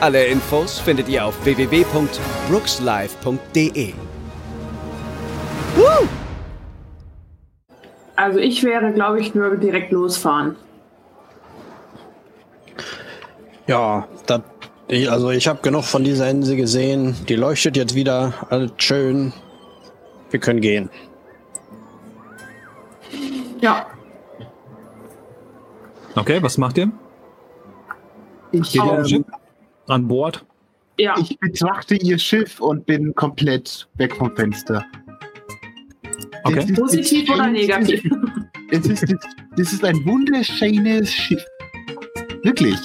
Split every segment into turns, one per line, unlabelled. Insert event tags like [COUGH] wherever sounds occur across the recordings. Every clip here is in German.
Alle Infos findet ihr auf www.brookslive.de.
Also ich wäre, glaube ich, nur direkt losfahren.
Ja, dat, ich, also ich habe genug von dieser Insel gesehen. Die leuchtet jetzt wieder. Alles schön. Wir können gehen.
Ja.
Okay, was macht ihr?
Ich,
Geht ihr
ähm,
Auf-
am Schiff? an Bord?
Ja.
ich betrachte ihr Schiff und bin komplett weg vom Fenster.
Okay.
ist-
Positiv oder negativ?
Es ist, es ist ein wunderschönes Schiff. Wirklich.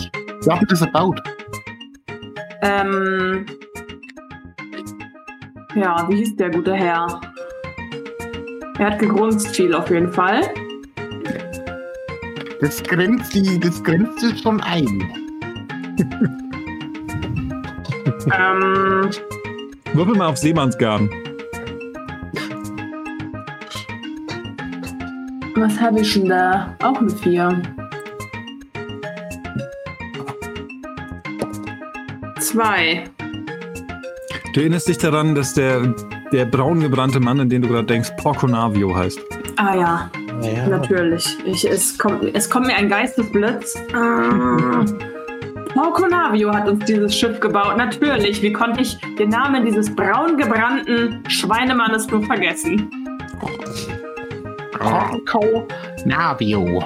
What it is about.
Ähm, ja, wie hieß der gute Herr? Er hat gegrunzt viel auf jeden Fall.
Das grenzt, die, das grenzt es schon ein.
ähm,
Würfel mal auf Seemannsgarn.
was habe ich denn da? Auch eine 4. Zwei.
Du erinnerst dich daran, dass der, der braungebrannte Mann, an den du gerade denkst, Porco Navio heißt.
Ah ja, natürlich. Ich, es, kommt, es kommt mir ein Geistesblitz. Ah. Porco Navio hat uns dieses Schiff gebaut. Natürlich. Wie konnte ich den Namen dieses braun gebrannten Schweinemannes nur vergessen?
Corco Navio.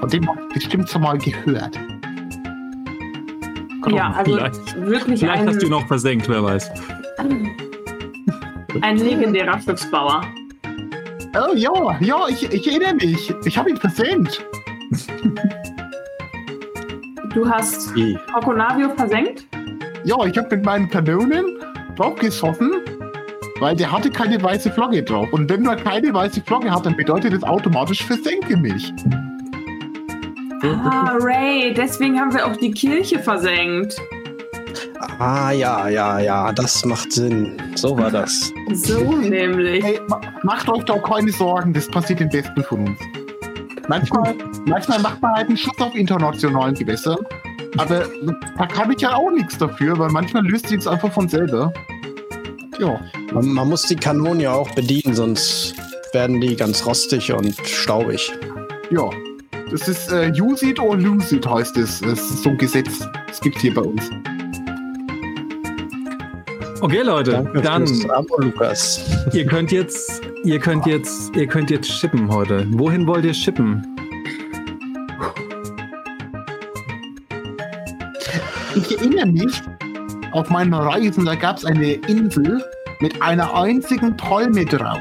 Von dem hab ich bestimmt schon mal gehört.
ja, also
vielleicht-
wirklich
Vielleicht
ein,
hast du ihn auch versenkt, wer weiß.
ein legendärer Schiffsbauer.
Oh ja, ja, ich, ich erinnere mich. Ich habe ihn versenkt.
Du hast Porco Navio versenkt?
Ja, ich habe mit meinen Kanonen draufgeschossen, weil der hatte keine weiße Flagge drauf. Und wenn man keine weiße Flagge hat, dann bedeutet das automatisch versenke mich.
Ah, Ray, deswegen haben wir auch die Kirche versenkt.
Ah, ja, ja, ja. Das macht Sinn. So war das.
So nämlich.
Hey, ma macht euch doch keine Sorgen, das passiert den Besten von uns. Manchmal, manchmal macht man halt einen Schuss auf internationalen Gewässern, aber da kann ich ja auch nichts dafür, weil manchmal löst sich es einfach von selber. Ja,
Man, man muss die Kanonen ja auch bedienen, sonst werden die ganz rostig und staubig.
ja. Das ist äh, Use it or lose it heißt es. Das ist so ein Gesetz. Das gibt's hier bei uns.
Okay, Leute,
Danke fürs
dann
Abo, Lukas.
ihr könnt jetzt, ihr könnt jetzt, ihr könnt jetzt shippen heute. Wohin wollt ihr shippen?
Ich erinnere mich, auf meinen Reisen, da gab es eine Insel mit einer einzigen Palme drauf.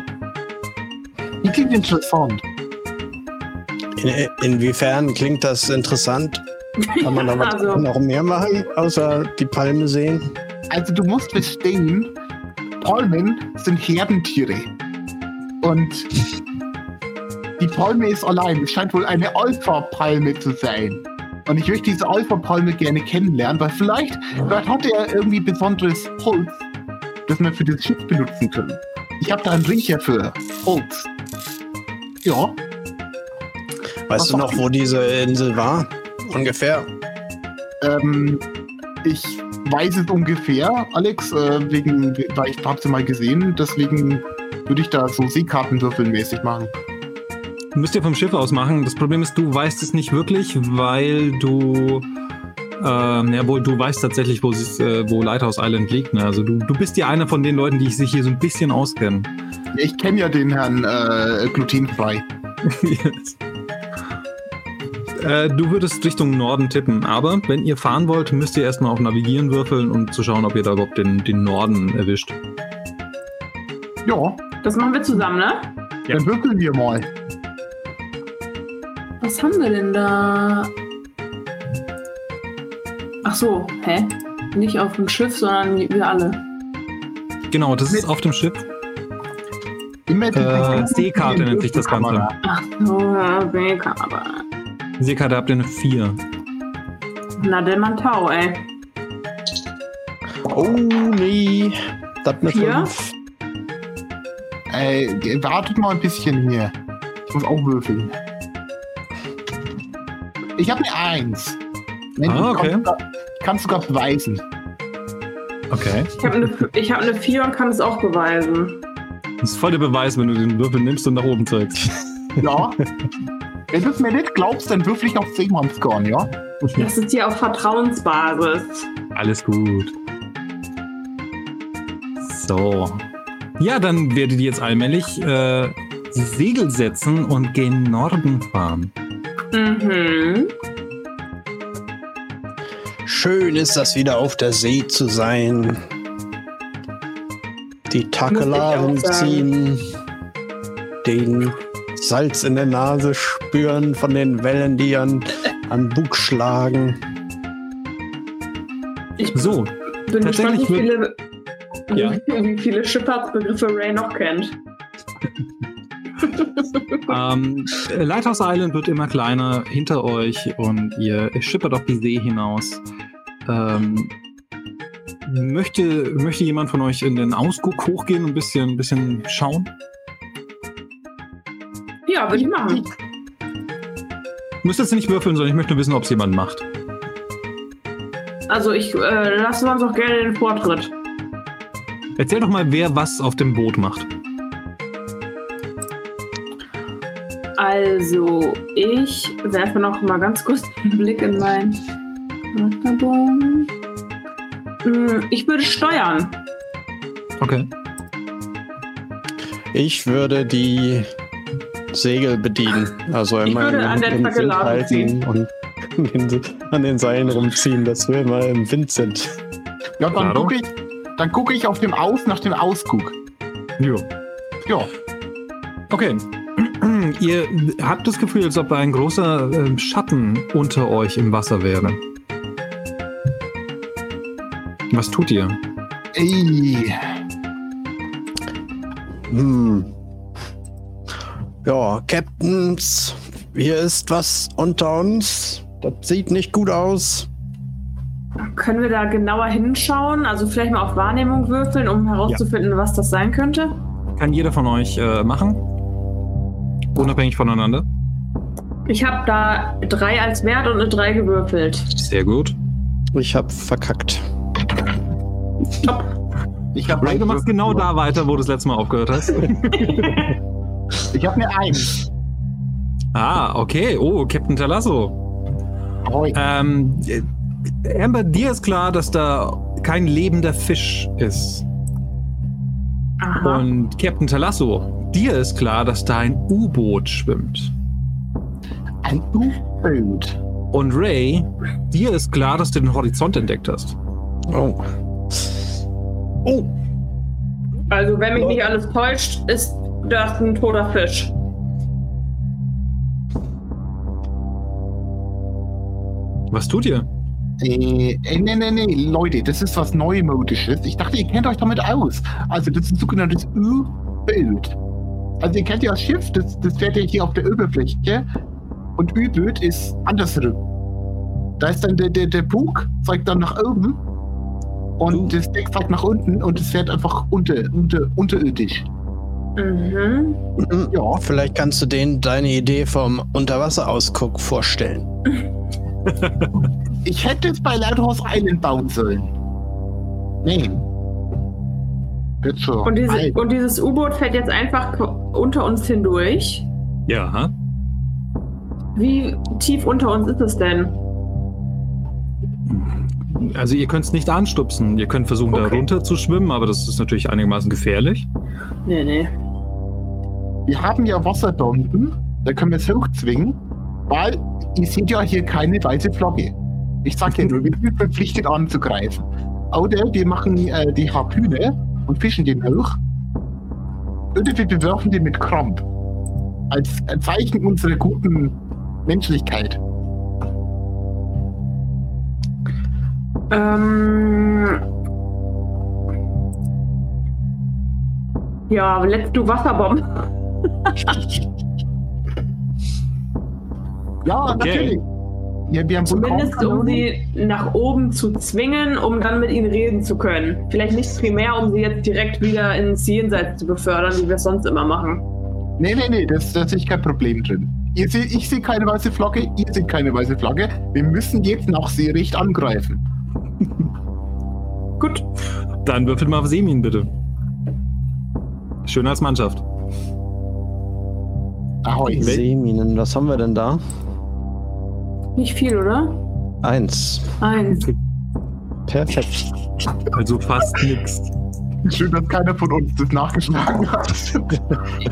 Die klingt interessant.
In, inwiefern klingt das interessant? Kann man da was
Also-
noch mehr machen, außer die Palme sehen?
Also du musst verstehen, Palmen sind Herdentiere. Und die Palme ist allein. Es scheint wohl eine Alpha-Palme zu sein. Und ich möchte diese Alpha-Palme gerne kennenlernen, weil vielleicht, vielleicht hat er irgendwie besonderes Holz, das wir für das Schiff benutzen können. Ich habe da einen Riecher für Holz. Ja,
Weißt du noch, wo diese Insel war? Ungefähr.
Ähm, ich weiß es ungefähr, Alex, äh, wegen, weil ich habe sie mal gesehen, deswegen würde ich da so Seekartenwürfeln mäßig machen.
Müsst ihr vom Schiff aus machen. Das Problem ist, du weißt es nicht wirklich, weil du. Ähm, ja, wohl, du weißt tatsächlich, wo, sie- äh, wo Lighthouse Island liegt. Ne? Also, du, du bist ja einer von den Leuten, die sich hier so ein bisschen auskennen.
Ich kenne ja den Herrn äh, glutenfrei.
yes. äh, du würdest Richtung Norden tippen, aber wenn ihr fahren wollt, müsst ihr erstmal auf Navigieren würfeln, um zu schauen, ob ihr da überhaupt den, den Norden erwischt.
Ja,
Das machen wir zusammen, ne?
dann würfeln wir mal.
Was haben wir denn da? Ach Ach so, hä? Nicht auf dem Schiff, sondern wir alle.
Genau, das ist auf dem Schiff.
Immer die
Äh, Seekarte nennt sich das Ganze.
Ach so, okay, aber.
Seekarte habt ihr eine 4.
Na, der Mantau, ey.
Oh nee. Das eine
Vier?
fünf.
Äh, ge- wartet mal ein bisschen hier. Ich muss auch würfeln. Ich habe eine Eins. Wenn
Ah,
du-
okay.
kannst sogar- Kannst sogar beweisen.
Okay.
Ich habe eine, ich hab eine 4 und kann es auch beweisen.
Das ist voll der Beweis, wenn du den Würfel nimmst und nach oben zeigst.
Ja. Wenn du es mir nicht glaubst, dann würfel ich auf Segmon Scorn, ja?
Das ist hier auf Vertrauensbasis.
[LAUGHS] Alles gut. So. Ja, dann werdet ihr jetzt allmählich äh, Segel setzen und gen Norden fahren.
Mhm.
Schön ist das wieder auf der See zu sein. Die Takelaren
Muss ich auch sagen.
ziehen, den Salz in der Nase spüren von den Wellen, die an, an Bug schlagen.
Ich
So,
bin gespannt, wie
tatsächlich
viele,
Ja.
[LAUGHS] wie viele Schifffahrtsbegriffe Ray noch kennt.
ähm, Lighthouse Island wird immer kleiner hinter euch und ihr schippert auf die See hinaus. Ähm, möchte, möchte jemand von euch in den Ausguck hochgehen und ein bisschen, ein bisschen schauen?
Ja, würde ich machen.
Müsst jetzt nicht würfeln, sondern ich möchte nur wissen, ob es jemand macht.
Also ich äh, lasse uns auch gerne den Vortritt.
Erzähl doch mal, wer was auf dem Boot macht.
Also ich werfe noch mal ganz kurz einen Blick in mein Charakterbogen. Hm, Ich würde steuern.
Okay.
Ich würde die Segel bedienen. Also
Ich
immer
würde
im-
an der
im Wind
Takelage
halten
ziehen.
und [LAUGHS] an den- an den Seilen rumziehen, dass wir immer im Wind sind.
Ja, dann
Klaro.
gucke ich, dann gucke ich auf dem Aus nach dem Ausguck.
Jo.
Ja.
Okay. [CLEARS THROAT] Ihr habt das Gefühl, als ob ein großer ähm, Schatten unter euch im Wasser wäre. Was tut ihr?
Ey.
Hm. Ja, Captains, hier ist was unter uns. Das sieht nicht gut aus.
Können wir da genauer hinschauen? Also vielleicht mal auf Wahrnehmung würfeln, um herauszufinden, was das sein könnte?
Kann jeder von euch äh, machen? Unabhängig voneinander.
Ich habe da drei als Wert und eine drei gewürfelt.
Sehr gut.
Ich hab verkackt.
Ich habe
Ray, du machst genau da weiter, wo du das letzte Mal aufgehört [LAUGHS] hast.
Ich habe eine Eins.
ah, okay. Oh, Captain Talasso.
Hoi.
Ähm, äh, Amber, dir ist klar, dass da kein lebender Fisch ist.
Aha.
Und Captain Talasso, dir ist klar, dass da ein U-Boot schwimmt.
Ein U-Boot.
Und Ray, dir ist klar, dass du den Horizont entdeckt hast.
Oh. Oh,
Also wenn mich nicht alles täuscht, ist das ein toter Fisch.
Was tut ihr?
Äh, äh, nee, nee, nee, Leute, das ist was Neumodisches. Ich dachte, ihr kennt euch damit aus. Also, das ist ein sogenanntes Ü-Bild. Also, ihr kennt ja das Schiff, das, das fährt ja hier auf der Oberfläche. Und Ü-Bild ist andersrum. Da ist dann der, der, der Bug, zeigt dann nach oben. Und
Oh.
Uh.
das Deck zeigt nach unten und es fährt einfach unter, unter, unterirdisch.
Mhm.
Ja,
vielleicht kannst du denen deine Idee vom Unterwasserausguck vorstellen.
ich hätte es bei Lighthouse Island bauen sollen. Nee. Jetzt schon.
Und, diese,
Nein.
und dieses U-Boot fährt jetzt einfach qu- unter uns hindurch.
Ja. ha?
Wie tief unter uns ist es denn?
Also ihr könnt es nicht anstupsen. Ihr könnt versuchen, da
Okay.
runter zu schwimmen, aber das ist natürlich einigermaßen gefährlich.
Nee, nee.
Wir haben ja Wasserbomben, da können wir es hochzwingen, weil ihr seht ja hier keine weiße Flagge. Ich sag ja nur, wir sind verpflichtet anzugreifen. Oder wir machen äh, die Harpüne und fischen den hoch. Oder wir bewerfen den mit Kramp. Als ein Zeichen unserer guten Menschlichkeit.
Ähm. Ja, let's do Wasserbomben.
Ja,
Okay.
natürlich. Ja, wir haben
Zumindest um sie nach oben zu zwingen, um dann mit ihnen reden zu können. Vielleicht nicht primär, um sie jetzt direkt wieder ins Jenseits zu befördern, wie wir es sonst immer machen.
Nee, nee, nee, das, das ist kein Problem drin. Ihr seht, ich sehe keine weiße Flagge, ihr seht keine weiße Flagge. Wir müssen jetzt nach Seericht angreifen.
Gut.
Dann würfelt mal auf Semin, bitte. Schön als Mannschaft.
Ahoi.
Seeminen, was haben wir denn da?
Nicht viel, oder?
Eins.
Eins.
Perfekt.
Also fast nix.
Schön, dass keiner von uns das nachgeschlagen hat.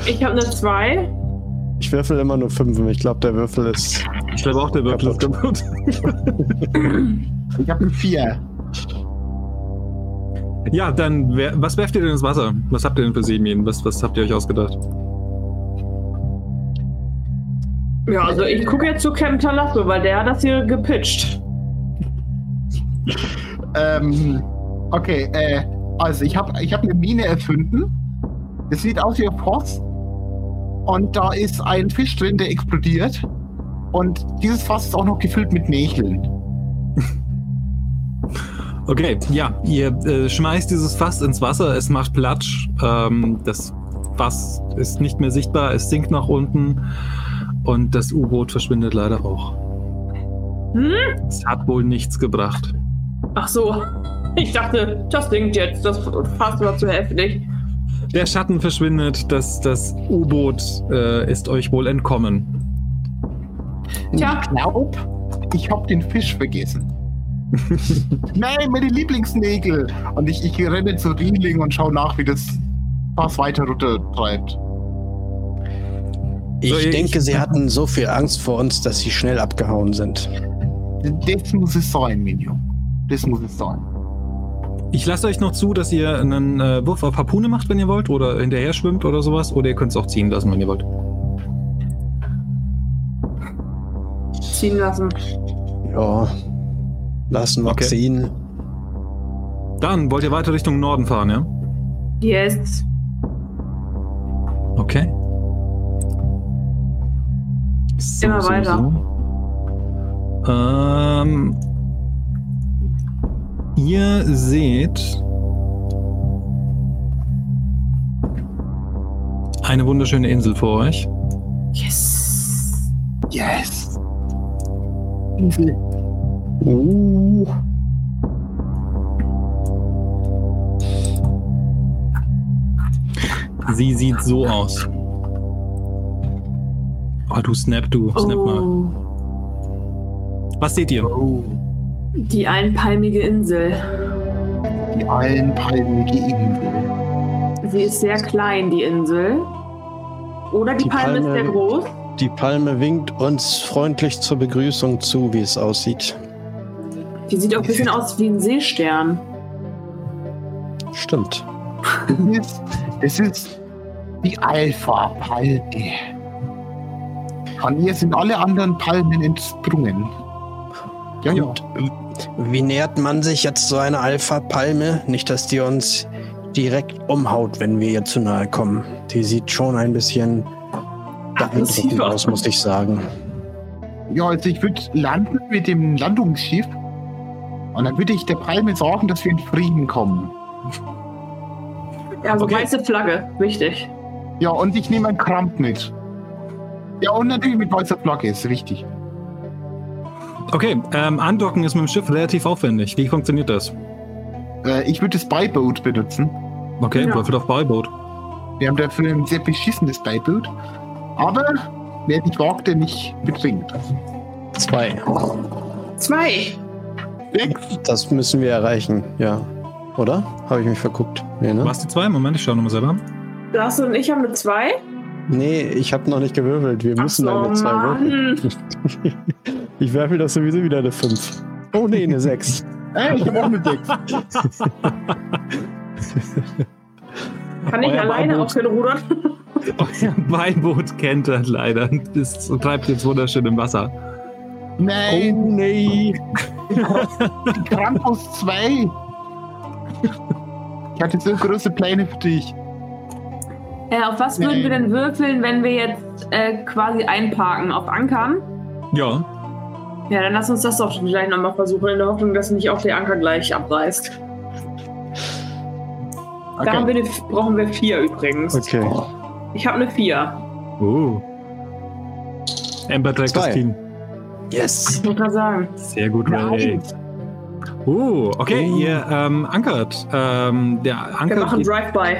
Ich habe eine zwei.
Ich würfel immer nur Fünfen. Ich glaube, der Würfel ist.
Ich glaube auch, der Würfel ist kaputt.
[LAUGHS]
[LAUGHS]
Ich habe eine Vier.
Ja, dann, wer, was werft ihr denn ins Wasser? Was habt ihr denn für Semin? Was, was habt ihr euch ausgedacht?
Ja, also ich gucke jetzt zu Cam Talasso, weil der hat das hier gepitcht.
Ähm, okay, äh, also ich habe ich hab eine Mine erfunden. Das sieht aus wie ein Fass. Und da ist ein Fisch drin, der explodiert. Und dieses Fass ist auch noch gefüllt mit Nägeln.
Okay, ja, ihr äh, schmeißt dieses Fass ins Wasser, es macht Platsch. Ähm, das Fass ist nicht mehr sichtbar, es sinkt nach unten und das U-Boot verschwindet leider auch.
Hm?
Es hat wohl nichts gebracht.
Ach so. [LAUGHS] Ich dachte, das sinkt jetzt. Das passt war zu heftig.
Der Schatten verschwindet, das, das U-Boot äh, ist euch wohl entkommen.
Tja.
Ich glaub, ich habe den Fisch vergessen. [LAUGHS] Nein, meine Lieblingsnägel. Und ich, ich renne zu Riedling und schaue nach, wie das Fass weiter runter treibt.
Ich
So, ich-
denke, sie hatten so viel Angst vor uns, dass sie schnell abgehauen sind.
Das muss es sein, Minion. Das muss es sein.
Ich lasse euch noch zu, dass ihr einen äh, Wurf auf Harpune macht, wenn ihr wollt, oder hinterher schwimmt oder sowas, oder ihr könnt es auch ziehen lassen, wenn ihr wollt.
Ziehen lassen.
Ja. Lassen wir
Okay.
ziehen.
Dann wollt ihr weiter Richtung Norden fahren, ja?
Yes.
Okay. So,
Immer weiter.
so. Ähm, ihr seht eine wunderschöne Insel vor euch.
Yes.
Yes.
Uh.
Sie sieht so aus. Oh, du Snap, du Snap mal.
Oh,
Was seht ihr?
Oh.
die einpalmige Insel.
Die allenpalmige Insel.
Sie ist sehr klein, die Insel. Oder die,
Die
Palme, ist
Palme-
sehr groß.
Die Palme winkt uns freundlich zur Begrüßung zu, wie es aussieht.
Die sieht auch ein bisschen aus wie ein Seestern.
Stimmt.
Das ist, das ist die Alpha-Palme. An ihr sind alle anderen Palmen entsprungen. Ja, ja.
Und wie nähert man sich jetzt so einer Alpha-Palme? Nicht, dass die uns direkt umhaut, wenn wir ihr zu nahe kommen. Die sieht schon ein bisschen beeindruckend
Aggressiver.
aus, muss ich sagen.
Ja, also ich würde landen mit dem Landungsschiff. Und dann würde ich der Palme sorgen, dass wir in Frieden kommen.
Also
Okay.
weiße Flagge, wichtig.
Ja, und ich nehme einen Kramp mit. Ja, und natürlich mit weißer Flagge, ist wichtig.
Okay, ähm, andocken ist mit dem Schiff relativ aufwendig. Wie funktioniert das?
Äh, ich würde das Beiboot benutzen.
Okay,
Ja.
würfelt auf Beiboot.
Wir haben dafür ein sehr beschissenes Beiboot. Aber wer nicht wagt, der nicht betrinkt.
Zwei.
Zwei.
Sechs.
Das müssen wir erreichen, ja. Oder? Habe ich mich verguckt? Nee, ne?
Was die zwei? Moment, ich schaue nochmal selber.
Lasse und ich haben eine zwei.
Nee, ich habe noch nicht gewürfelt. Wir müssen
Ach so,
eine zwei würfeln.
Mann.
Ich werfe doch sowieso wieder eine 5. Oh nee, eine 6.
Äh, ich habe auch eine Sechs.
Kann ich
Euer
alleine
Beiboot.
auf den Rudern? Oh,
[LAUGHS] Euer Beiboot kentert leider. Es treibt jetzt wunderschön im Wasser.
[LAUGHS] Nein,
Oh, nee.
Oh. Krampus 2. Ich hatte so große Pläne für dich.
Äh, auf was würden wir denn würfeln, wenn wir jetzt äh, quasi einparken? Auf Ankern?
Ja.
Ja, dann lass uns das doch gleich nochmal versuchen, in der Hoffnung, dass nicht auch der Anker gleich abreißt. Da haben wir eine, brauchen wir vier übrigens.
Okay.
Ich habe eine vier.
Oh. Amber trägt
Zwei.
das Team.
Yes.
Ich muss mal sagen.
Sehr gut,
Eine
Ray. Oh, okay,
Oh.
ihr ähm, ankert. Ähm, der
Wir
Anker
machen
geht
Drive-By.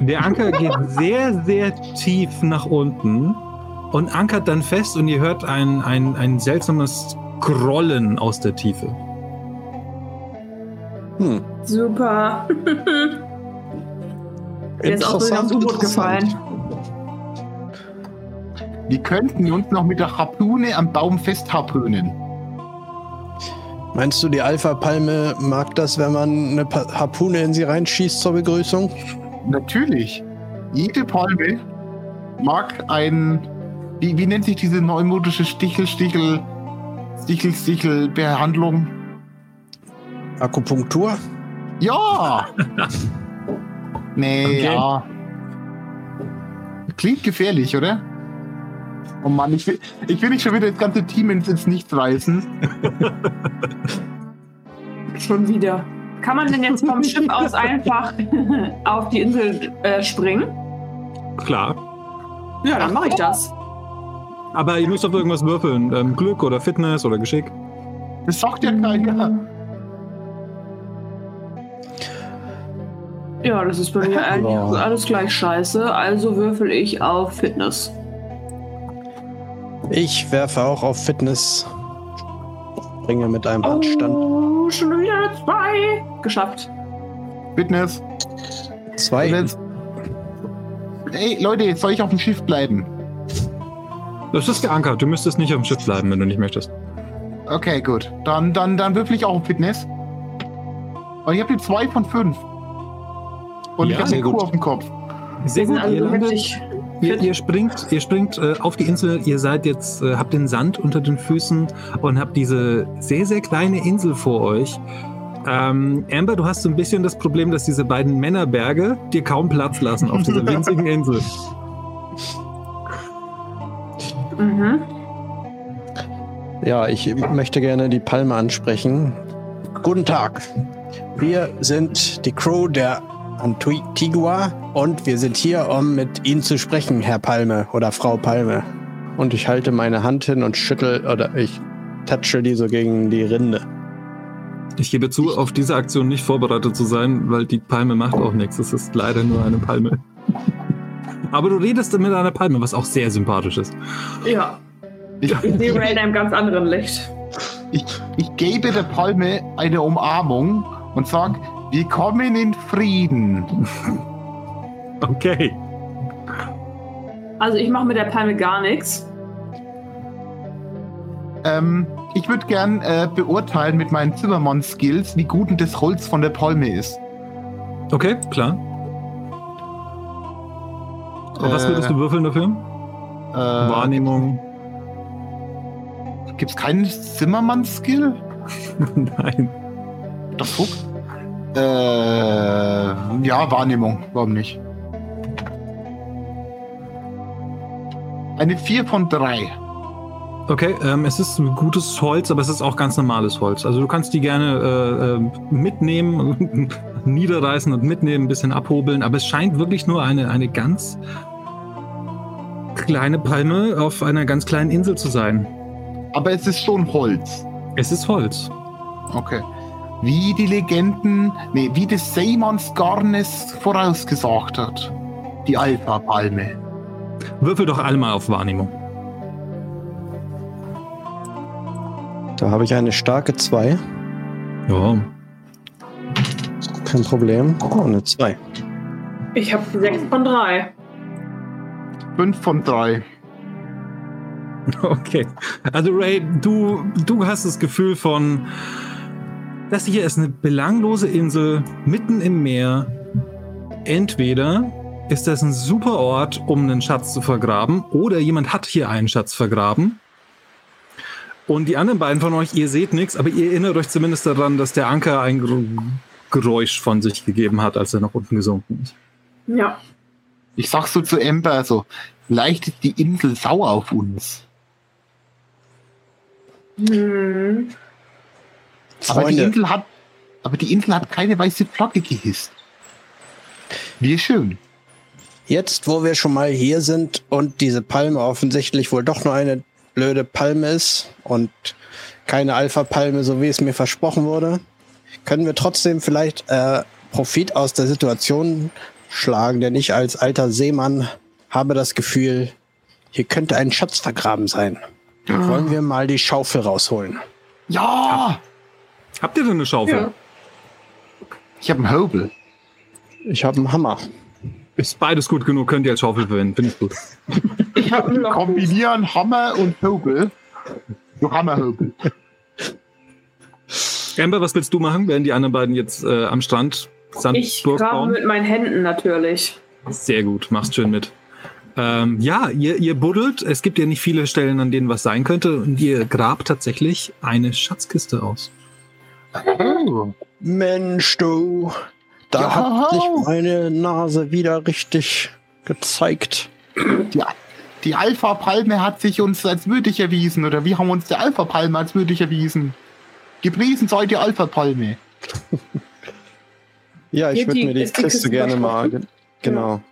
Der Anker geht sehr, sehr tief nach unten und ankert dann fest und ihr hört ein, ein, ein seltsames Grollen aus der Tiefe.
Hm.
Super. Der ist auch so in das U-Boot gefallen.
Wir könnten uns noch mit der Harpune am Baum festharpönen.
Meinst du, die Alpha-Palme mag das, wenn man eine Pa- Harpune in sie reinschießt zur Begrüßung?
Natürlich. Jede Palme mag ein. Wie, wie nennt sich diese neumodische Stichel, Stichel, Stichel, Stichel Behandlung?
Akupunktur?
[LAUGHS]
Ja! nee,
Okay.
ja. Klingt gefährlich, oder? Oh Mann, ich will, ich will nicht schon wieder das ganze Team ins, ins Nichts reißen.
Schon wieder. Kann man denn jetzt [LAUGHS] vom Schiff aus einfach [LAUGHS] auf die Insel äh, springen?
Klar.
Ja, dann mache ich das.
Aber ihr müsst auf irgendwas würfeln. Ähm, Glück oder Fitness oder Geschick.
Das sagt ja keiner.
Ja, das ist bei mir eigentlich
Ja.
alles gleich scheiße. Also würfel ich auf Fitness.
Ich werfe auch auf Fitness. Bringe mit einem Abstand.
Oh, schon wieder zwei. Geschafft.
Fitness.
Zwei.
Wenn's- Ey, Leute, jetzt soll ich auf dem Schiff bleiben.
Das ist geankert. Du müsstest nicht auf dem Schiff bleiben, wenn du nicht möchtest.
Okay, gut. Dann, dann, dann würfel ich auch auf Fitness. Und ich habe die 2 von 5. Und
Ja,
ich habe
sehr
eine Kuh
gut.
auf dem Kopf.
Sehr
Wir sind also alle
Ihr,
so
landet,
heftig.
ihr, ihr springt, ihr springt äh, auf die Insel. Ihr seid jetzt, äh, habt den Sand unter den Füßen und habt diese sehr, sehr kleine Insel vor euch. Ähm, Amber, du hast so ein bisschen das Problem, dass diese beiden Männerberge dir kaum Platz lassen auf dieser winzigen Insel.
Mhm.
Ja, ich möchte gerne die Palme ansprechen. Guten Tag. Wir sind die Crew der Antigua und wir sind hier, um mit Ihnen zu sprechen, Herr Palme oder Frau Palme. Und ich halte meine Hand hin und schüttel oder ich tatsche die so gegen die Rinde.
Ich gebe zu, auf diese Aktion nicht vorbereitet zu sein, weil die Palme macht auch nichts. Es ist leider nur eine Palme. [LAUGHS] Aber du redest mit einer Palme, was auch sehr sympathisch ist.
Ja,
Ich,
ich sehe Ray in einem ganz anderen Licht.
ich, ich gebe der Palme eine Umarmung und sage, wir kommen in Frieden.
Okay.
Also ich mache mit der Palme gar nichts.
Ähm, ich würde gern äh, beurteilen mit meinen Zimmermann-Skills, wie gut denn das Holz von der Palme ist.
Okay, klar. Und was
Äh.
würdest du würfeln dafür?
Äh,
Wahrnehmung?
Gibt es keinen Zimmermann-Skill?
[LAUGHS] Nein.
Doch, guck. Äh, ja, Wahrnehmung. Warum nicht? Eine 4 von 3.
Okay, ähm, es ist gutes Holz, aber es ist auch ganz normales Holz. Also du kannst die gerne äh, äh, mitnehmen, [LAUGHS] niederreißen und mitnehmen, ein bisschen abhobeln, aber es scheint wirklich nur eine, eine ganz kleine Palme auf einer ganz kleinen Insel zu sein.
Aber es ist schon Holz.
Es ist Holz.
Okay. Wie die Legenden, nee, wie das Seemanns Garnes vorausgesagt hat. Die Alpha-Palme.
Würfel doch alle mal auf Wahrnehmung.
Da habe ich eine starke 2.
Ja.
Kein Problem. Oh, eine 2.
Ich habe sechs von drei.
5 von 3.
Okay. Also Ray, du, du hast das Gefühl von, das hier ist eine belanglose Insel mitten im Meer. Entweder ist das ein super Ort, um einen Schatz zu vergraben, oder jemand hat hier einen Schatz vergraben. Und die anderen beiden von euch, ihr seht nichts, aber ihr erinnert euch zumindest daran, dass der Anker ein Gru- Geräusch von sich gegeben hat, als er nach unten gesunken ist.
Ja.
Ich sag so zu Ember so, vielleicht ist die Insel sauer auf uns.
Hm.
Aber die,
Freunde,
Insel hat, aber die Insel hat keine weiße Flagge gehisst. Wie schön.
jetzt wo wir schon mal hier sind und diese Palme offensichtlich wohl doch nur eine blöde Palme ist und keine Alpha-Palme, so wie es mir versprochen wurde, können wir trotzdem vielleicht äh, Profit aus der Situation schlagen, denn ich als alter Seemann habe das Gefühl, hier könnte ein Schatz vergraben sein. Wollen wir mal die Schaufel rausholen?
Ja!
Habt ihr denn eine Schaufel?
Ja.
Ich habe einen Hobel.
Ich habe einen Hammer.
Ist beides gut genug, könnt ihr als Schaufel verwenden. Finde ich gut.
Ich habe ein Loch.
Kombinieren Hammer und Hobel. Du Hammerhobel.
Amber, was willst du machen, während die anderen beiden jetzt äh, am Strand
Ich
Sandburg
grabe
bauen?
mit meinen Händen natürlich.
Sehr gut, machst schön mit. Ähm, ja, ihr, ihr buddelt. Es gibt ja nicht viele Stellen, an denen was sein könnte. Und ihr grabt tatsächlich eine Schatzkiste aus.
Oh.
Mensch, du, da
Ja.
hat sich meine Nase wieder richtig gezeigt.
Ja. Die Alpha-Palme hat sich uns als würdig erwiesen. Oder wir haben uns der Alpha-Palme als würdig erwiesen. Gepriesen sei die Alpha-Palme.
Ja, ich
Geht
würde
die-
mir die
ist die
Kiste
Kiste
gerne
noch
mal.
offen?
ge- Genau.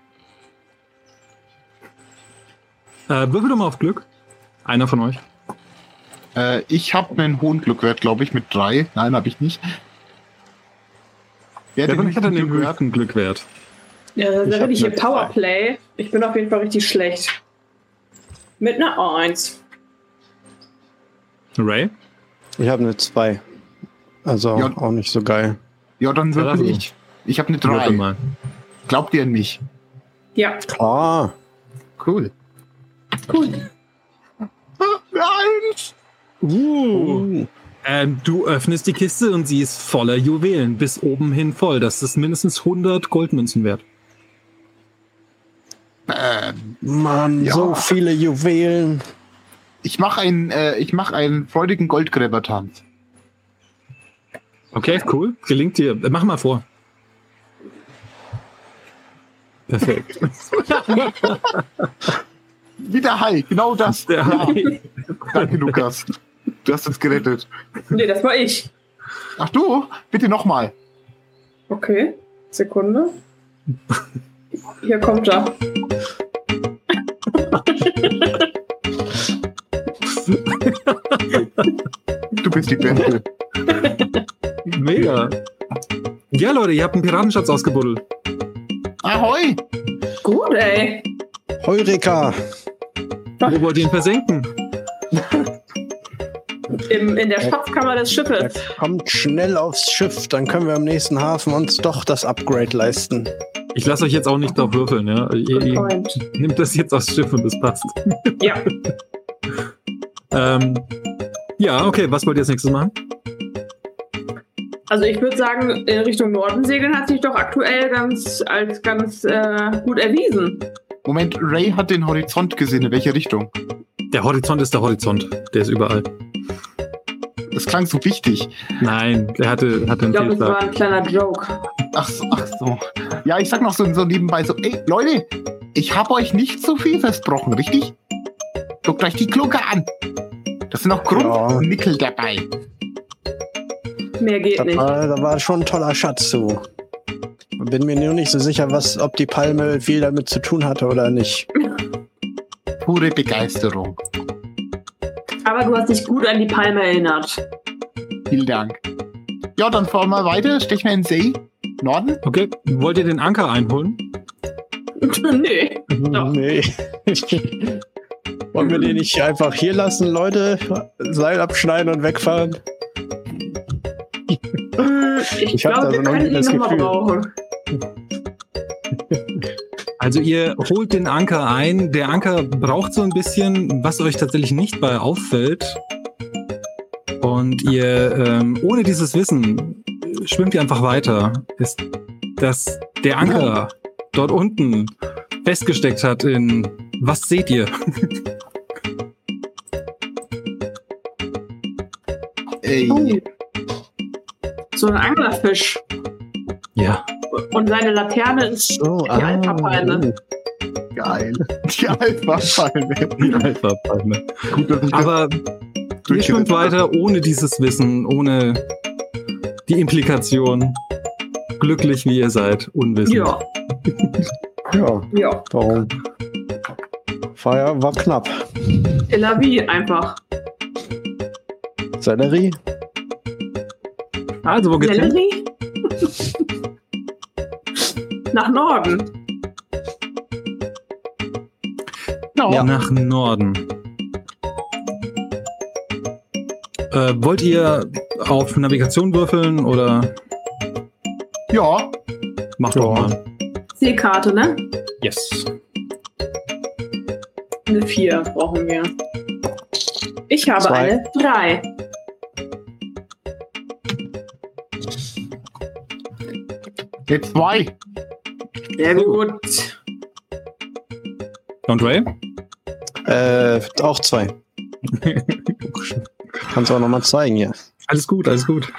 Äh, würfel doch mal auf Glück. Einer von euch.
Äh, ich habe einen hohen Glückwert, glaube ich, mit drei. Nein, habe ich nicht. Wer
Wer
hat
von euch hat denn den
Glückwert?
höchsten Glückwert?
Ja, da
Ich
werde
hab
ich hier
eine
Powerplay. Ich bin auf jeden Fall richtig schlecht. Mit einer 1.
Ray?
Ich habe eine 2. Also
Ja.
auch nicht so geil.
Ja, dann
Ja,
würfel
also.
ich. Ich habe eine
Würfel
drei.
mal.
Glaubt ihr an mich?
Ja.
Klar.
Cool. Cool. Nein!
Oh,
Uh. Ähm, du öffnest die Kiste und sie ist voller Juwelen, bis oben hin voll. Das ist mindestens 100 Goldmünzen wert.
Ähm,
Mann,
Ja.
so viele Juwelen.
ich mache einen, äh, ich mache einen freudigen Goldgräbertanz.
Okay, cool. Gelingt dir. Äh, Mach mal vor. Perfekt. [LAUGHS]
Wieder Hai, genau das.
Der Hai.
Danke, Lukas. Du hast uns gerettet.
Nee, das war ich.
Ach du, bitte nochmal.
Okay. Sekunde.
[LAUGHS]
Hier kommt er.
Du bist die Beste.
Mega. Ja, Leute, ihr habt einen Piratenschatz ausgebuddelt.
Ahoi!
Gut, ey.
Heureka.
Wo wollt ihr ihn versenken?
Im, in der Schatzkammer des
Er
Schiffes.
kommt schnell aufs Schiff. Dann können wir am nächsten Hafen uns doch das Upgrade leisten.
Ich lasse euch jetzt auch nicht drauf würfeln, ja. Ihr,
Good
ihr
point.
nehmt das jetzt aufs Schiff und das passt.
Ja.
[LAUGHS] Ähm, ja, okay, was wollt ihr als nächstes machen?
Also ich würde sagen, in Richtung Norden segeln hat sich doch aktuell ganz als ganz äh, gut erwiesen.
Moment, Ray hat den Horizont gesehen. In welche Richtung?
Der Horizont ist der Horizont. Der ist überall.
Das klang so wichtig.
Nein, der hatte, hatte
Ich
einen
glaube, das war
Fehlschlag.
ein kleiner Joke.
Ach so, ach so. Ja, ich sag noch so, so nebenbei so, ey, Leute, ich habe euch nicht so viel versprochen, richtig? Guckt euch die Glocke an. Das sind noch Grundnickel dabei.
Mehr geht
Da
nicht.
war, da war schon ein toller Schatz zu. Bin mir nur nicht so sicher, was, ob die Palme viel damit zu tun hatte oder nicht.
Pure Begeisterung.
Aber du hast dich gut an die Palme erinnert. [LAUGHS]
Vielen Dank. Ja, dann fahren wir weiter. Stechen wir in den See. Norden.
Okay, wollt ihr den Anker einholen?
nee.
[LAUGHS]
Doch.
Nee. [LAUGHS] Wollen wir den nicht einfach hier lassen, Leute? Seil abschneiden und wegfahren?
Hm, Ich,
Ich hab da
glaube,
so
wir
noch
könnten
nie
ihn
das
nochmal
Gefühl.
brauchen.
Also ihr holt den Anker ein. Der Anker braucht so ein bisschen, was euch tatsächlich nicht bei auffällt. Und ihr, ähm, ohne dieses Wissen, äh, schwimmt ihr einfach weiter. Ist, dass der Anker dort unten festgesteckt hat in, was seht ihr?
Ey.
So ein Anglerfisch.
Ja.
Und seine Laterne ist
Oh,
Die Alpha-Palme.
Geil. [LAUGHS] Die Alpha-Palme.
Alpha-Palme.
Gut, dass ich das
[LAUGHS] Aber ihr schwimmt weiter ohne dieses Wissen, ohne die Implikation. Glücklich, wie ihr seid, unwissend.
Ja,
Ja,
ja.
warum? War ja war knapp.
Tel Aviv einfach.
Sellerie?
Also, wo geht's hin?
Sellerie? [LAUGHS] Nach Norden.
genau.
Ja.
Nach Norden. Äh, wollt ihr auf Navigation würfeln oder
Ja,
macht
Ja.
doch mal?
Seekarte, ne?
Yes.
Eine 4 brauchen wir. Ich habe
Zwei.
eine 3.
jetzt zwei.
Sehr gut.
Und Ray?
Äh, auch zwei. Kannst du auch nochmal zeigen hier.
Alles gut, alles gut.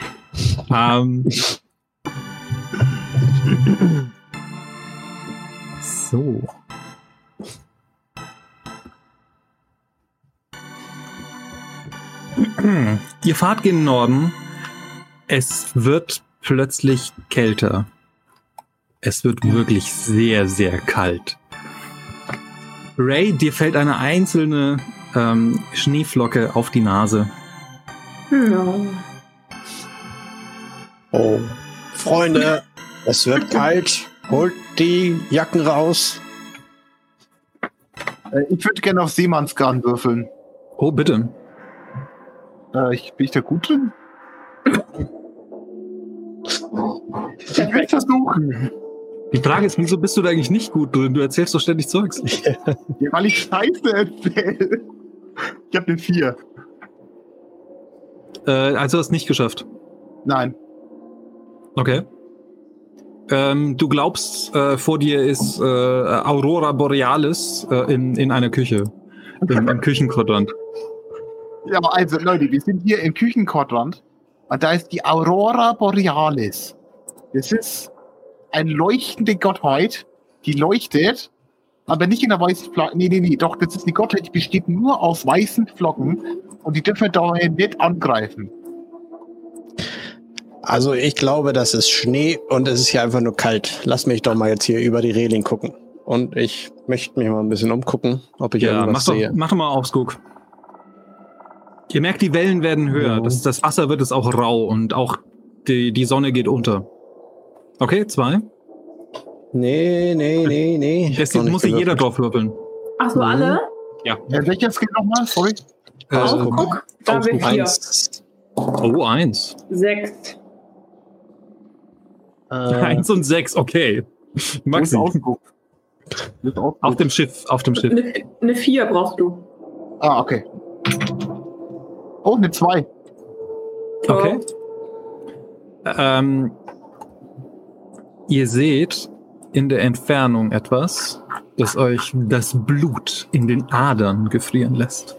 Ähm. So. Ihr fahrt gen Norden. Es wird plötzlich kälter. Es wird wirklich sehr, sehr kalt. Ray, dir fällt eine einzelne ähm, Schneeflocke auf die Nase.
Hm.
Oh. Freunde, es wird kalt. Holt die Jacken raus.
Äh, Ich würde gerne auf Seemannsgarn würfeln.
Oh, bitte.
Äh, ich, bin ich da gut drin? Ich will versuchen,
Die Frage ist, wieso bist du da eigentlich nicht gut drin? Du erzählst doch ständig Zeugs.
weil ich Scheiße erzähle. Ich habe eine vier.
Äh, also hast nicht geschafft.
Nein.
Okay. Ähm, du glaubst, äh, vor dir ist äh, Aurora Borealis äh, in, in einer Küche. Im,
[LAUGHS]
im Küchenquadrant.
Ja, aber also, Leute, wir sind hier im Küchenquadrant und da ist die Aurora Borealis. Das ist eine leuchtende Gottheit, die leuchtet, aber nicht in der weißen Flagge. Nee, nee, nee, doch, das ist eine Gottheit, die besteht nur aus weißen Flocken und die dürfen wir daher nicht angreifen.
Also ich glaube, das ist Schnee und es ist hier einfach nur kalt. Lass mich doch mal jetzt hier über die Reling gucken. Und ich möchte mich mal ein bisschen umgucken, ob ich
Ja, mach
irgendwas
doch,
sehe.
mach doch mal aufs Guck. Ihr merkt, die Wellen werden höher.
Ja.
Das, das Wasser wird es auch rau und auch die, die Sonne geht unter. Okay, zwei.
Nee, nee, nee, nee. Ich
Jetzt
hab noch
muss
nicht
sich jeder
gewürfelt.
drauf würfeln.
Ach so,
Mhm.
alle?
Äh, welcher Skill nochmal? Sorry.
Äh,
Ausguck.
Guck, da haben wir
Ausguck.
vier.
also Eins,
oh, eins.
Sechs.
äh,
Eins und sechs, okay. Maxi,
Wo ist Ausguck? Wo ist Ausguck?
auf dem Schiff, auf dem Schiff.
Eine eine vier brauchst du.
Ah, okay. Oh, eine zwei.
Okay. Ähm, ihr seht in der Entfernung etwas, das euch das Blut in den Adern gefrieren lässt.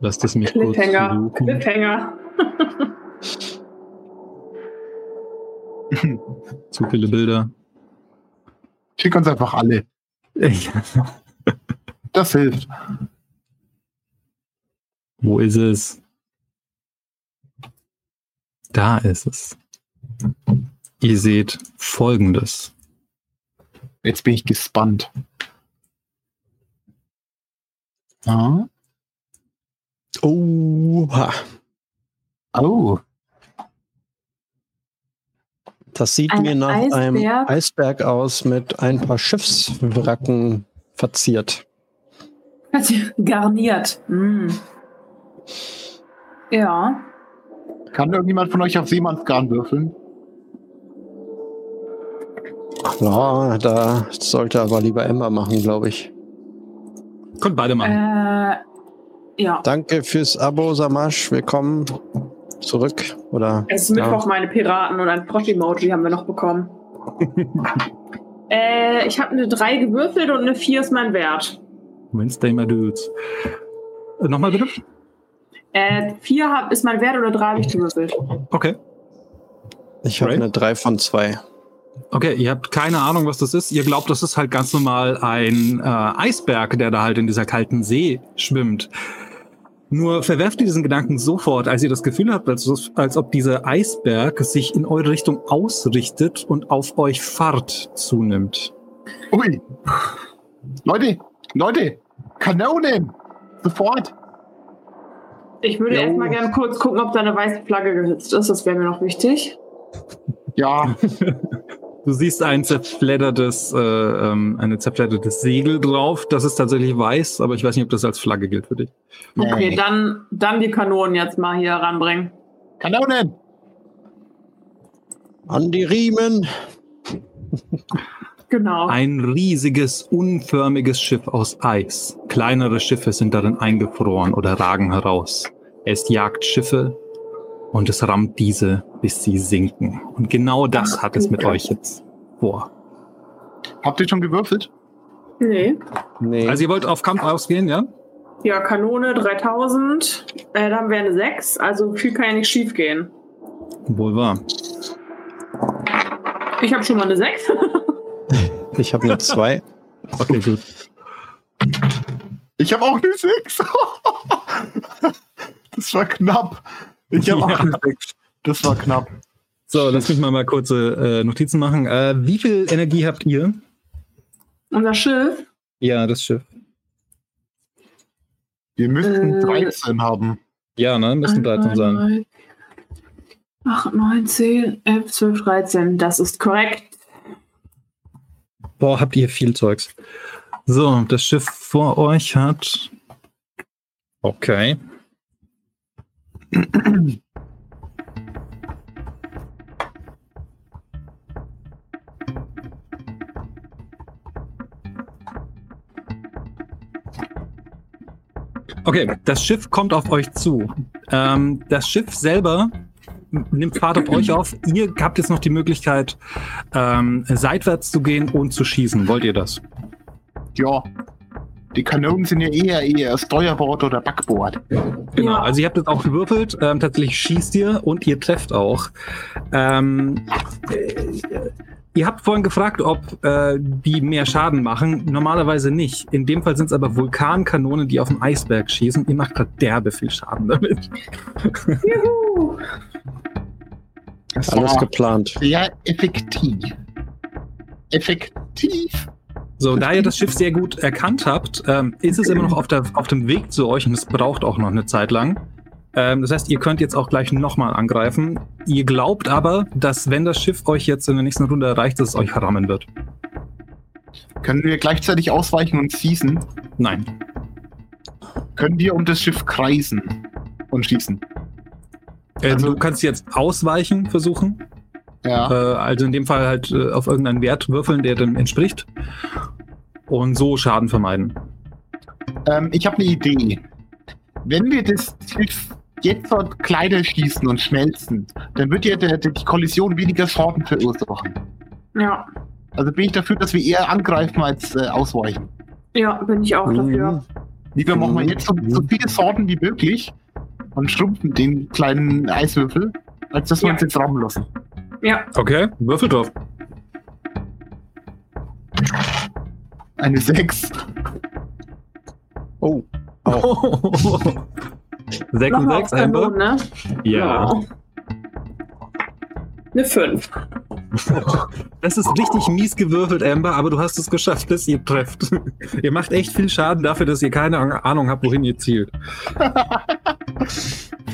Lasst es mich kurz
Cliffhanger.
suchen.
Cliffhanger.
Zu viele Bilder.
Schick uns einfach alle.
Ich,
Das hilft.
[LAUGHS] Wo ist es? Da ist es. Ihr seht folgendes.
Jetzt bin ich gespannt. Ah.
Oha.
Oh.
Das sieht
Ein
mir nach einem
Eisberg.
Eisberg aus mit ein paar Schiffswracken verziert.
Hat sie Garniert. Mm. Ja.
Kann irgendjemand von euch auf Seemannsgarn würfeln?
Ja, da sollte aber lieber Emma machen, glaube ich.
Könnt beide machen.
Äh, ja.
Danke fürs Abo, Samasch. Willkommen zurück. Oder
Es ist Mittwoch, meine Piraten und ein Frosch-Emoji haben wir noch
[LAUGHS]
bekommen. äh, ich habe eine 3 gewürfelt und eine 4 ist mein Wert.
Wednesday, my dudes. Äh, Nochmal bitte?
Äh, vier hab, ist mein Wert oder drei habe ich gewürfelt?
Okay.
Ich habe
Right.
eine 3 von 2.
Okay, ihr habt keine Ahnung, was das ist. Ihr glaubt, das ist halt ganz normal ein äh, Eisberg, der da halt in dieser kalten See schwimmt. Nur verwerft ihr diesen Gedanken sofort, als ihr das Gefühl habt, als, als ob dieser Eisberg sich in eure Richtung ausrichtet und auf euch Fahrt zunimmt.
Ui. Leute, Leute, Kanonen! Sofort!
Ich würde
Jo.
erstmal gerne kurz gucken, ob da eine weiße Flagge gehitzt ist. Das wäre mir noch wichtig.
Ja,
Du siehst ein zerfleddertes, äh, ähm, eine zerfleddertes Segel drauf. Das ist tatsächlich weiß, aber ich weiß nicht, ob das als Flagge gilt für dich.
Okay,
Nee.
dann, dann die Kanonen jetzt mal hier ranbringen.
Kanonen!
An die Riemen.
Genau.
Ein riesiges, unförmiges Schiff aus Eis. Kleinere Schiffe sind darin eingefroren oder ragen heraus. Es jagt Schiffe und es rammt diese, bis sie sinken. Und genau das hat es mit euch jetzt vor.
Habt ihr schon gewürfelt?
Nee.
Nee.
Also ihr wollt auf Kampf ausgehen, ja?
Ja, Kanone 3000. Äh, dann wäre eine 6. Also viel kann ja nicht schief gehen.
Wohl wahr.
Ich habe schon mal eine 6.
ich habe eine
[LAUGHS]
2.
Okay, gut.
Ich habe auch eine 6. das war knapp. Ich habe
Ja.
auch eine 6. Das war knapp.
So, lass mich mal, mal kurze äh, Notizen machen. Äh, wie viel Energie habt ihr?
[LAUGHS] Unser Schiff.
Ja, das Schiff.
Wir müssten
Äh.
13 haben.
Ja, ne? Müssen 13 sein.
8, 9, 10, 11, 12, 13. Das ist korrekt.
Boah, habt ihr viel Zeugs. So, das Schiff vor euch hat. Okay. Okay, das Schiff kommt auf euch zu. Ähm, das Schiff selber nimmt Fahrt auf euch auf. Ihr habt jetzt noch die Möglichkeit, ähm, seitwärts zu gehen und zu schießen. Wollt ihr das?
Ja. Die Kanonen sind ja eher eher Steuerbord oder Backbord.
Genau,
Ja.
also ihr habt jetzt auch gewürfelt, ähm, tatsächlich schießt ihr und ihr trefft auch. Ähm, äh, ihr habt vorhin gefragt, ob äh, die mehr Schaden machen. Normalerweise nicht. In dem Fall sind es aber Vulkankanonen, die auf den Eisberg schießen. Ihr macht gerade derbe viel Schaden damit.
Juhu.
Das
Alles
war
geplant.
sehr effektiv. Effektiv.
So, da ihr das Schiff sehr gut erkannt habt, ähm, ist es immer noch auf, der, auf dem Weg zu euch und es braucht auch noch eine Zeit lang. Ähm, das heißt, ihr könnt jetzt auch gleich nochmal angreifen. Ihr glaubt aber, dass wenn das Schiff euch jetzt in der nächsten Runde erreicht, dass es euch rammen wird.
Können wir gleichzeitig ausweichen und schießen?
Nein.
Können wir um das Schiff kreisen und schießen?
Äh,
Also- Ah.
du kannst jetzt ausweichen versuchen.
Ja.
Äh, also in dem Fall halt äh, auf irgendeinen Wert würfeln, der dem entspricht. Und so Schaden vermeiden.
Ähm, ich habe eine Idee. Wenn wir das Schiff jetzt dort kleiner schießen und schmelzen, dann wird ja der, der, die Kollision weniger Schaden verursachen.
Ja.
Also bin ich dafür, dass wir eher angreifen als äh, ausweichen.
ja, bin ich
Mhm.
auch dafür.
Lieber machen wir
Mhm.
jetzt so, so viele Sorten wie möglich und schrumpfen den kleinen Eiswürfel, als dass wir
Ja.
uns jetzt rammen lassen.
Ja,
Okay, würfel drauf.
Eine 6.
Oh, auch.
[LAUGHS] Sechs und
nochmal auf
sechs, Amber.
Kanonen, ne?
Ja.
Eine 5.
Das ist richtig mies gewürfelt, Amber, aber du hast es geschafft, dass ihr trefft. [LAUGHS] ihr macht echt viel Schaden dafür, dass ihr keine Ahnung- Ahnung habt, wohin ihr zielt.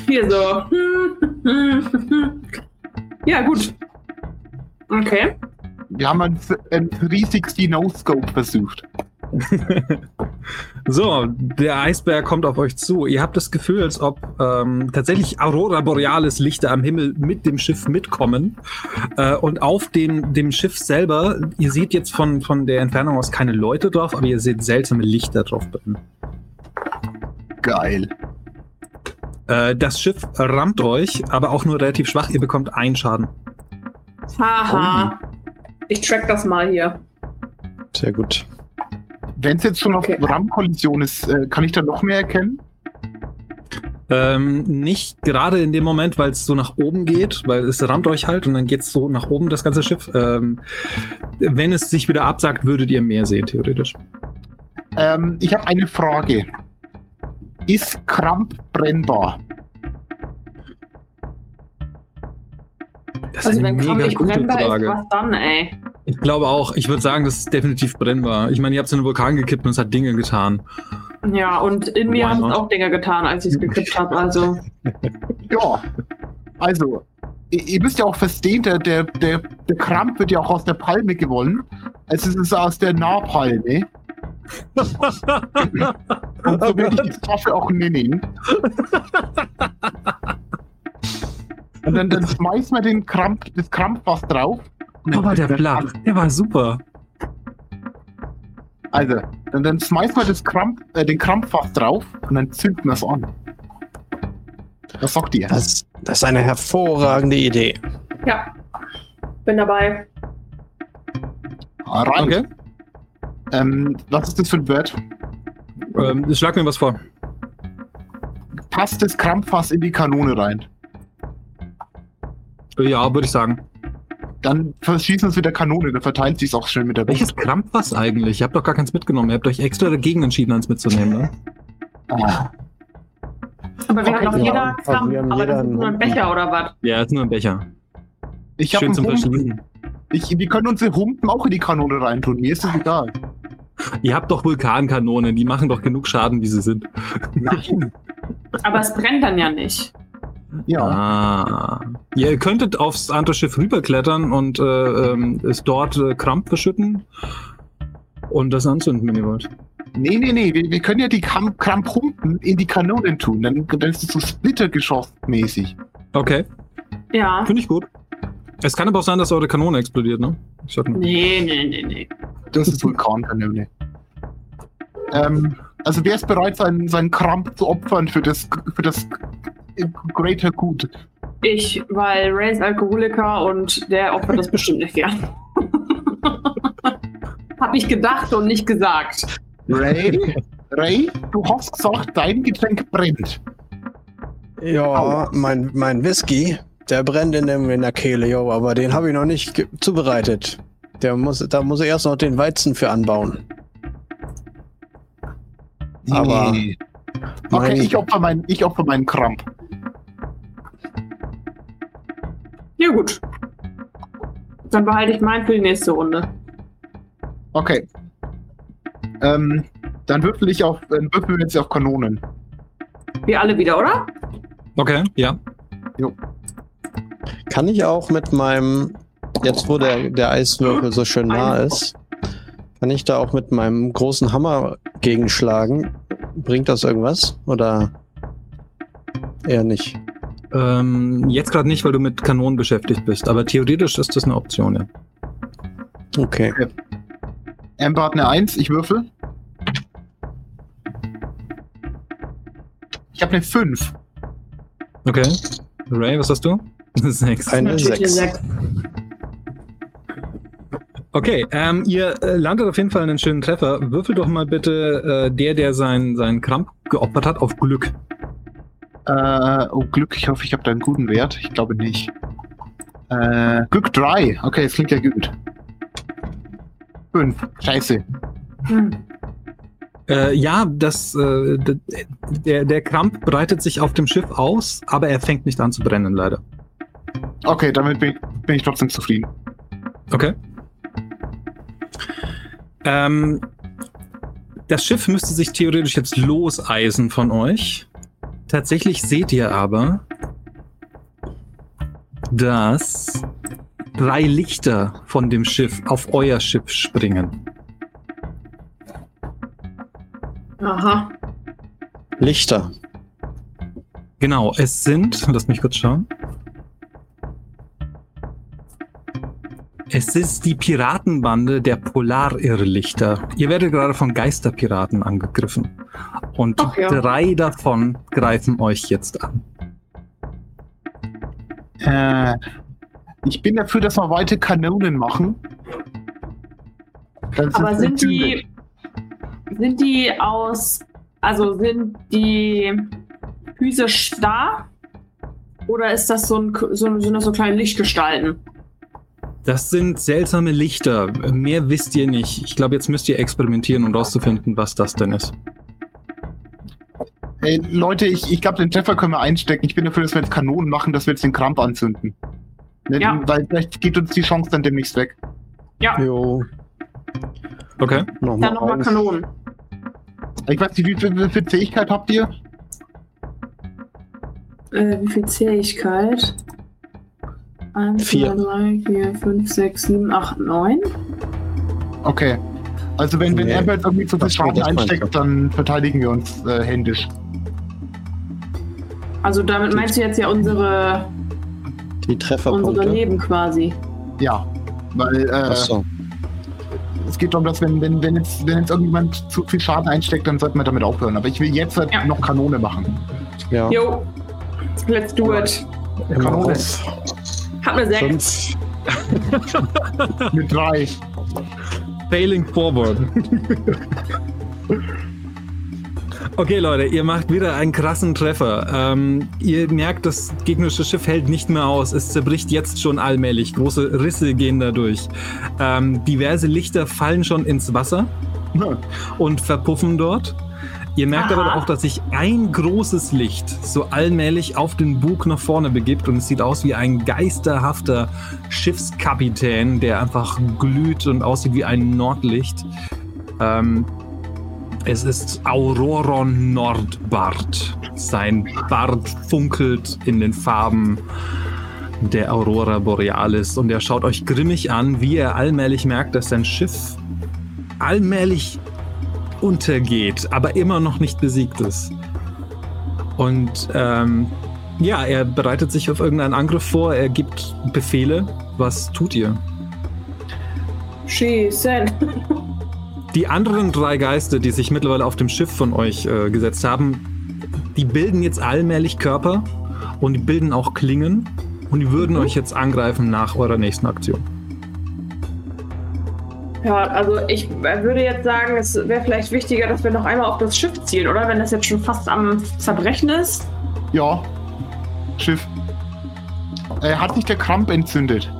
Hier so. Hm, hm, hm. Ja, gut. Okay.
Wir haben einen, einen 360 No-Scope versucht.
So, der Eisberg kommt auf euch zu. Ihr habt das Gefühl, als ob ähm, tatsächlich Aurora Borealis Lichter am Himmel mit dem Schiff mitkommen. Äh, und auf dem, dem Schiff selber, ihr seht jetzt von, von der Entfernung aus keine Leute drauf, aber ihr seht seltsame Lichter drauf brennen.
Geil.
Äh, das Schiff rammt euch, aber auch nur relativ schwach. Ihr bekommt einen Schaden.
Haha. Ich track das mal hier.
Sehr gut.
Wenn es jetzt schon auf
Okay.
Rammkollision ist, äh, kann ich da noch mehr erkennen?
Ähm, nicht gerade in dem Moment, weil es so nach oben geht, weil es rammt euch halt und dann geht es so nach oben, das ganze Schiff. Ähm, wenn es sich wieder absagt, würdet ihr mehr sehen, theoretisch.
Ähm, ich habe eine Frage. Ist Kramp brennbar?
Das
Also wenn Kram nicht
gute
brennbar ist, was dann, ey?
Ich glaube auch, ich würde sagen, das ist definitiv brennbar. Ich meine, ihr habt so einen Vulkan gekippt und es hat Dinge getan.
Ja, und in mir
Why
haben
not?
es auch Dinge getan, als ich es gekippt habe. Also,
Ja. Also, ihr, ihr müsst ja auch verstehen, der, der, der, der Kramp wird ja auch aus der Palme gewonnen. Also es ist aus der Nahpalme. Und so will ich die Waffe auch nennen. Und dann, dann schmeißt man den Kramp, das Kramp was drauf.
Aber der Plan, der war super.
Also, dann, dann schmeißt man das Kramp, äh, den Krampfach drauf und dann zündet man es an. Was sagt ihr?
Das, das ist eine hervorragende Idee.
ja. Bin dabei.
Rein.
Okay.
Ähm, was ist das für ein Wort?
Ähm, schlag mir was vor.
Passt das Krampffass in die Kanone rein.
Ja, würde ich sagen.
Dann verschießen es wieder Kanone, dann verteilt sich es auch schön mit der
Welches Krampf was eigentlich? Ihr habt doch gar keins mitgenommen. Ihr habt euch extra dagegen entschieden, eins mitzunehmen. Ne?
Ah,
Aber wir haben doch
ja.
jeder
Also wir
Kram,
haben
aber
jeder
das ist nur
einen-
ein Becher oder was?
Ja, ist nur ein Becher.
Ich habe
Schön
einen
zum
Humpen.
Verschließen.
Ich, wir können unsere Humpen auch in die Kanone reintun. Mir ist das egal.
Ihr habt doch Vulkankanonen. Die machen doch genug Schaden, wie sie sind.
Aber es brennt dann ja nicht.
Ja.
Ah. Ihr könntet aufs andere Schiff rüberklettern und äh, ähm, es dort äh, Krampf verschütten und das anzünden, wenn ihr wollt.
Nee, nee, nee. Wir, wir können ja die Kram Kramphumpen in die Kanonen tun. Dann, dann ist es so Splittergeschoss-mäßig.
Okay,
Ja.
finde ich gut. Es kann aber auch sein, dass eure Kanone explodiert, ne? Ich sag mal.
Nee, nee, nee, nee.
Das ist Vulkankanone. Ähm, also wer ist bereit, seinen, seinen Kramp zu opfern für das, für das Greater Good?
Ich, weil Ray ist Alkoholiker und der opfert das bestimmt nicht gern. [LAUGHS] Hab ich gedacht und nicht gesagt.
Ray? Ray, du hast gesagt, dein Getränk brennt.
Ja, Ah, mein, mein Whisky, der brennt in, dem, in der Kehle, jo, aber den habe ich noch nicht ge- zubereitet. Der muss, da muss ich erst noch den Weizen für anbauen. Aber-
Nee.
Mein-
Okay, ich opfer, mein, ich opfer meinen Kramp.
Ja, gut. Dann behalte ich meinen für die nächste Runde.
Okay. Ähm, dann würfel ich auf, dann würfeln wir jetzt auf Kanonen.
Wir alle wieder, oder?
Okay, ja.
Kann ich auch mit meinem, jetzt wo der, der Eiswürfel so schön nah ist, kann ich da auch mit meinem großen Hammer gegenschlagen? Bringt das irgendwas? Oder eher nicht?
Ähm, jetzt gerade nicht, weil du mit Kanonen beschäftigt bist, aber theoretisch ist das eine Option, ja.
Okay.
Amber hat eine 1, ich würfel. Ich habe eine 5.
Okay. Ray, was hast du? [LAUGHS] Sechs.
Eine
Natürlich
6.
eine
Okay, ähm, ihr äh, landet auf jeden Fall einen schönen Treffer. Würfel doch mal bitte äh, der, der seinen seinen Kramp geopfert hat, auf Glück.
Äh, oh Glück, ich hoffe, ich habe da einen guten Wert. Ich glaube nicht. Äh, Glück 3. Okay, es klingt ja gut. 5. Scheiße.
Hm.
Äh, ja, das, äh, d- der, der Kramp breitet sich auf dem Schiff aus, aber er fängt nicht an zu brennen, leider.
Okay, damit bin, bin ich trotzdem zufrieden.
Okay. Ähm, das Schiff müsste sich theoretisch jetzt loseisen von euch. Tatsächlich seht ihr aber, dass drei Lichter von dem Schiff auf euer Schiff springen.
Aha.
Lichter.
Genau, es sind, lasst mich kurz schauen. Es ist die Piratenbande der Polarirrlichter. Ihr werdet gerade von Geisterpiraten angegriffen. Und
Ach ja.
drei davon greifen euch jetzt an.
Äh, ich bin dafür, dass wir weite Kanonen machen. Dann
Aber
es
sind
entzündet.
die. Sind die aus. Also sind die Füße starr? Oder ist das so ein, so, sind das so kleine Lichtgestalten?
Das sind seltsame Lichter. Mehr wisst ihr nicht. Ich glaube, jetzt müsst ihr experimentieren, um rauszufinden, was das denn ist.
Ey, Leute, ich, ich glaube, den Treffer können wir einstecken. Ich bin dafür, dass wir jetzt Kanonen machen, dass wir jetzt den Kramp anzünden. Ne?
Ja.
Weil vielleicht geht uns die Chance dann demnächst weg.
Ja,
Jo,
Okay.
nochmal.
dann nochmal Kanonen.
Ich weiß nicht, wie viel, wie viel Fähigkeit habt ihr?
Äh, wie viel Zähigkeit? 1,
Vier.
2, 3, 4, 5, 6, 7, 8, 9.
Okay. Also wenn, wenn
Nee.
Amber jetzt irgendwie zu viel
Das-
Schaden
das meinte
einsteckt, dann verteidigen wir uns äh, händisch.
Also damit meinst du jetzt ja unsere,
Die
unsere
Trefferpunkte.
Leben quasi.
Ja. Weil äh,
Achso.
es geht darum, dass wenn, wenn, wenn, jetzt, wenn jetzt irgendjemand zu viel Schaden einsteckt, dann sollten wir damit aufhören. Aber ich will jetzt halt
Ja.
noch Kanone machen.
Ja.
Jo, let's do it.
Kanone.
[LAUGHS]
Hat eine 6.
Fünf.
Mit drei. [LAUGHS]
Failing forward. Okay, Leute, ihr macht wieder einen krassen Treffer. Ähm, ihr merkt, das gegnerische Schiff hält nicht mehr aus. Es zerbricht jetzt schon allmählich. Große Risse gehen dadurch. Ähm, diverse Lichter fallen schon ins Wasser
Hm.
und verpuffen dort. Ihr merkt
Aha.
aber auch, dass sich ein großes Licht so allmählich auf den Bug nach vorne begibt und es sieht aus wie ein geisterhafter Schiffskapitän, der einfach glüht und aussieht wie ein Nordlicht. Ähm, es ist Auroron Nordbart. Sein Bart funkelt in den Farben der Aurora Borealis und er schaut euch grimmig an, wie er allmählich merkt, dass sein Schiff allmählich untergeht, aber immer noch nicht besiegt ist. Und ähm, ja, er bereitet sich auf irgendeinen Angriff vor, er gibt Befehle. Was tut ihr?
Schießen.
Die anderen drei Geister, die sich mittlerweile auf dem Schiff von euch äh, gesetzt haben, die bilden jetzt allmählich Körper und die bilden auch Klingen und die würden euch jetzt angreifen nach eurer nächsten Aktion.
Ja, also ich würde jetzt sagen, es wäre vielleicht wichtiger, dass wir noch einmal auf das Schiff zielen, oder? Wenn das jetzt schon fast am Zerbrechen ist.
Ja. Schiff. Äh, hat sich der Kramp entzündet?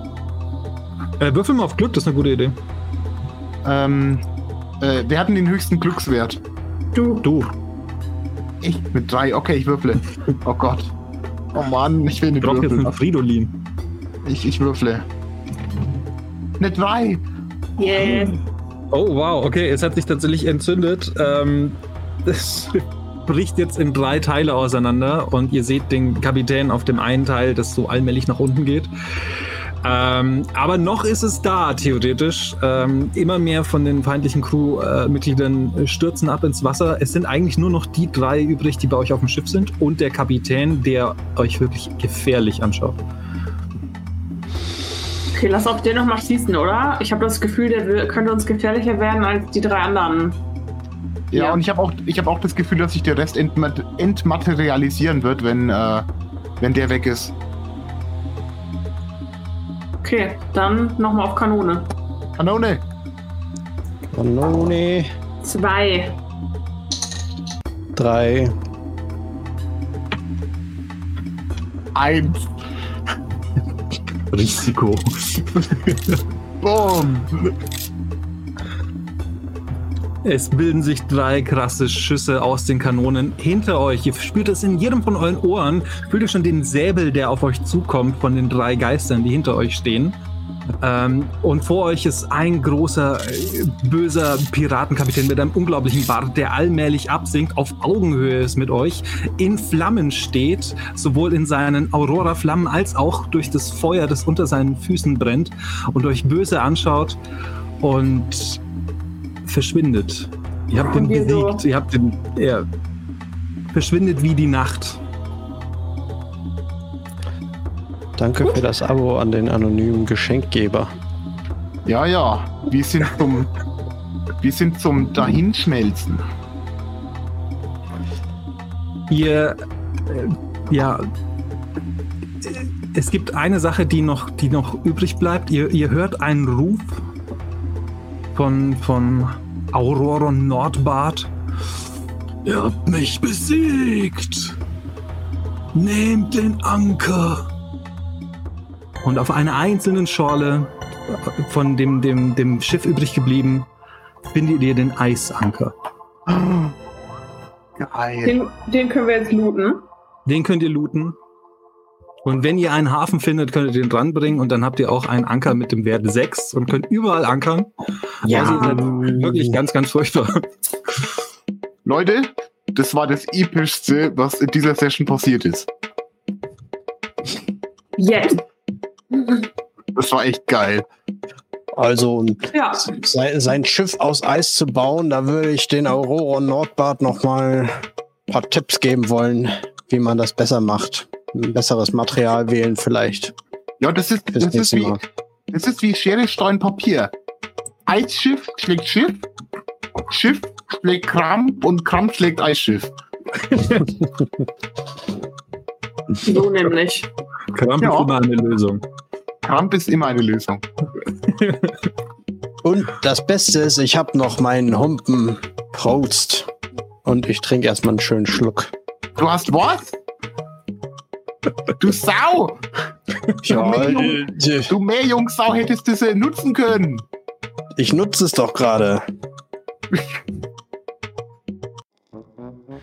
Äh, würfel mal auf Glück, das ist eine gute Idee.
Ähm, äh, wir hatten den höchsten Glückswert.
Du.
Du,
Ich? Mit drei. Okay,
[LAUGHS]
ich würfle. Oh Gott. Oh Mann, ich will nicht
drop jetzt
würfeln.
einen Fridolin.
Ich, ich würfle. Eine drei.
Yeah.
Oh wow, okay, es hat sich tatsächlich entzündet. Ähm, [LAUGHS] das Schiff bricht jetzt in drei Teile auseinander und ihr seht den Kapitän auf dem einen Teil, das so allmählich nach unten geht. Ähm, aber noch ist es da, theoretisch. Ähm, immer mehr von den feindlichen Crewmitgliedern äh, stürzen ab ins Wasser. Es sind eigentlich nur noch die drei übrig, die bei euch auf dem Schiff sind und der Kapitän, der euch wirklich gefährlich anschaut.
Okay, lass auf den nochmal schießen, oder? Ich habe das Gefühl, der will- könnte uns gefährlicher werden als die drei anderen.
Ja,
Ja.
und ich habe auch, ich hab auch das Gefühl, dass sich der Rest entmat entmaterialisieren wird, wenn, äh, wenn der weg ist.
Okay, dann nochmal auf Kanone.
Kanone!
Kanone.
Zwei.
Drei.
Eins!
Risiko.
Boom!
Es bilden sich drei krasse Schüsse aus den Kanonen hinter euch. Ihr spürt es in jedem von euren Ohren. Fühlt ihr schon den Säbel, der auf euch zukommt von den drei Geistern, die hinter euch stehen. Ähm, und vor euch ist ein großer, äh, böser Piratenkapitän mit einem unglaublichen Bart, der allmählich absinkt, auf Augenhöhe ist mit euch, in Flammen steht, sowohl in seinen Aurora-Flammen als auch durch das Feuer, das unter seinen Füßen brennt und euch böse anschaut und verschwindet. Ihr habt ihn
Und wir so-
besiegt, ihr habt ihn, er verschwindet wie die Nacht.
Danke für das Abo an den anonymen Geschenkgeber.
Ja, ja. Wir sind zum. wir sind zum Dahinschmelzen.
Ihr, äh, ja, es gibt eine Sache, die noch, die noch übrig bleibt. Ihr, ihr hört einen Ruf von, von Auroron Nordbart. Ihr habt mich besiegt. Nehmt den Anker! Und auf einer einzelnen Schorle äh, von dem, dem, dem Schiff übrig geblieben, bindet ihr den Eisanker.
Geil.
Den, den können wir jetzt looten.
Den könnt ihr looten. Und wenn ihr einen Hafen findet, könnt ihr den dranbringen und dann habt ihr auch einen Anker mit dem Wert 6 und könnt überall ankern.
Ja.
Also ihr seid wirklich
Oh.
ganz, ganz furchtbar. [LAUGHS]
Leute, das war das epischste, was in dieser Session passiert ist.
Jetzt.
Das war echt geil.
Also ein
Ja.
Sei, sein Schiff aus Eis zu bauen, da würde ich den Aurora Nordbart nochmal ein paar Tipps geben wollen, wie man das besser macht. Ein besseres Material wählen vielleicht
Ja, das ist,
fürs
das ist
nächste
wie,
Mal.
das ist wie Schere, Stein, Papier. Eisschiff schlägt Schiff, Schiff schlägt Kramp und Kramp schlägt Eisschiff.
So nämlich.
Kramp ist
Ja.
immer eine Lösung.
Kramp ist immer eine Lösung.
Und das Beste ist, ich habe noch meinen Humpen Prost. Und ich trinke erstmal einen schönen Schluck.
Du hast was? Du Sau!
Ja,
äh,
äh,
Du Meerjungsau hättest das äh, nutzen können.
ich nutze es doch gerade.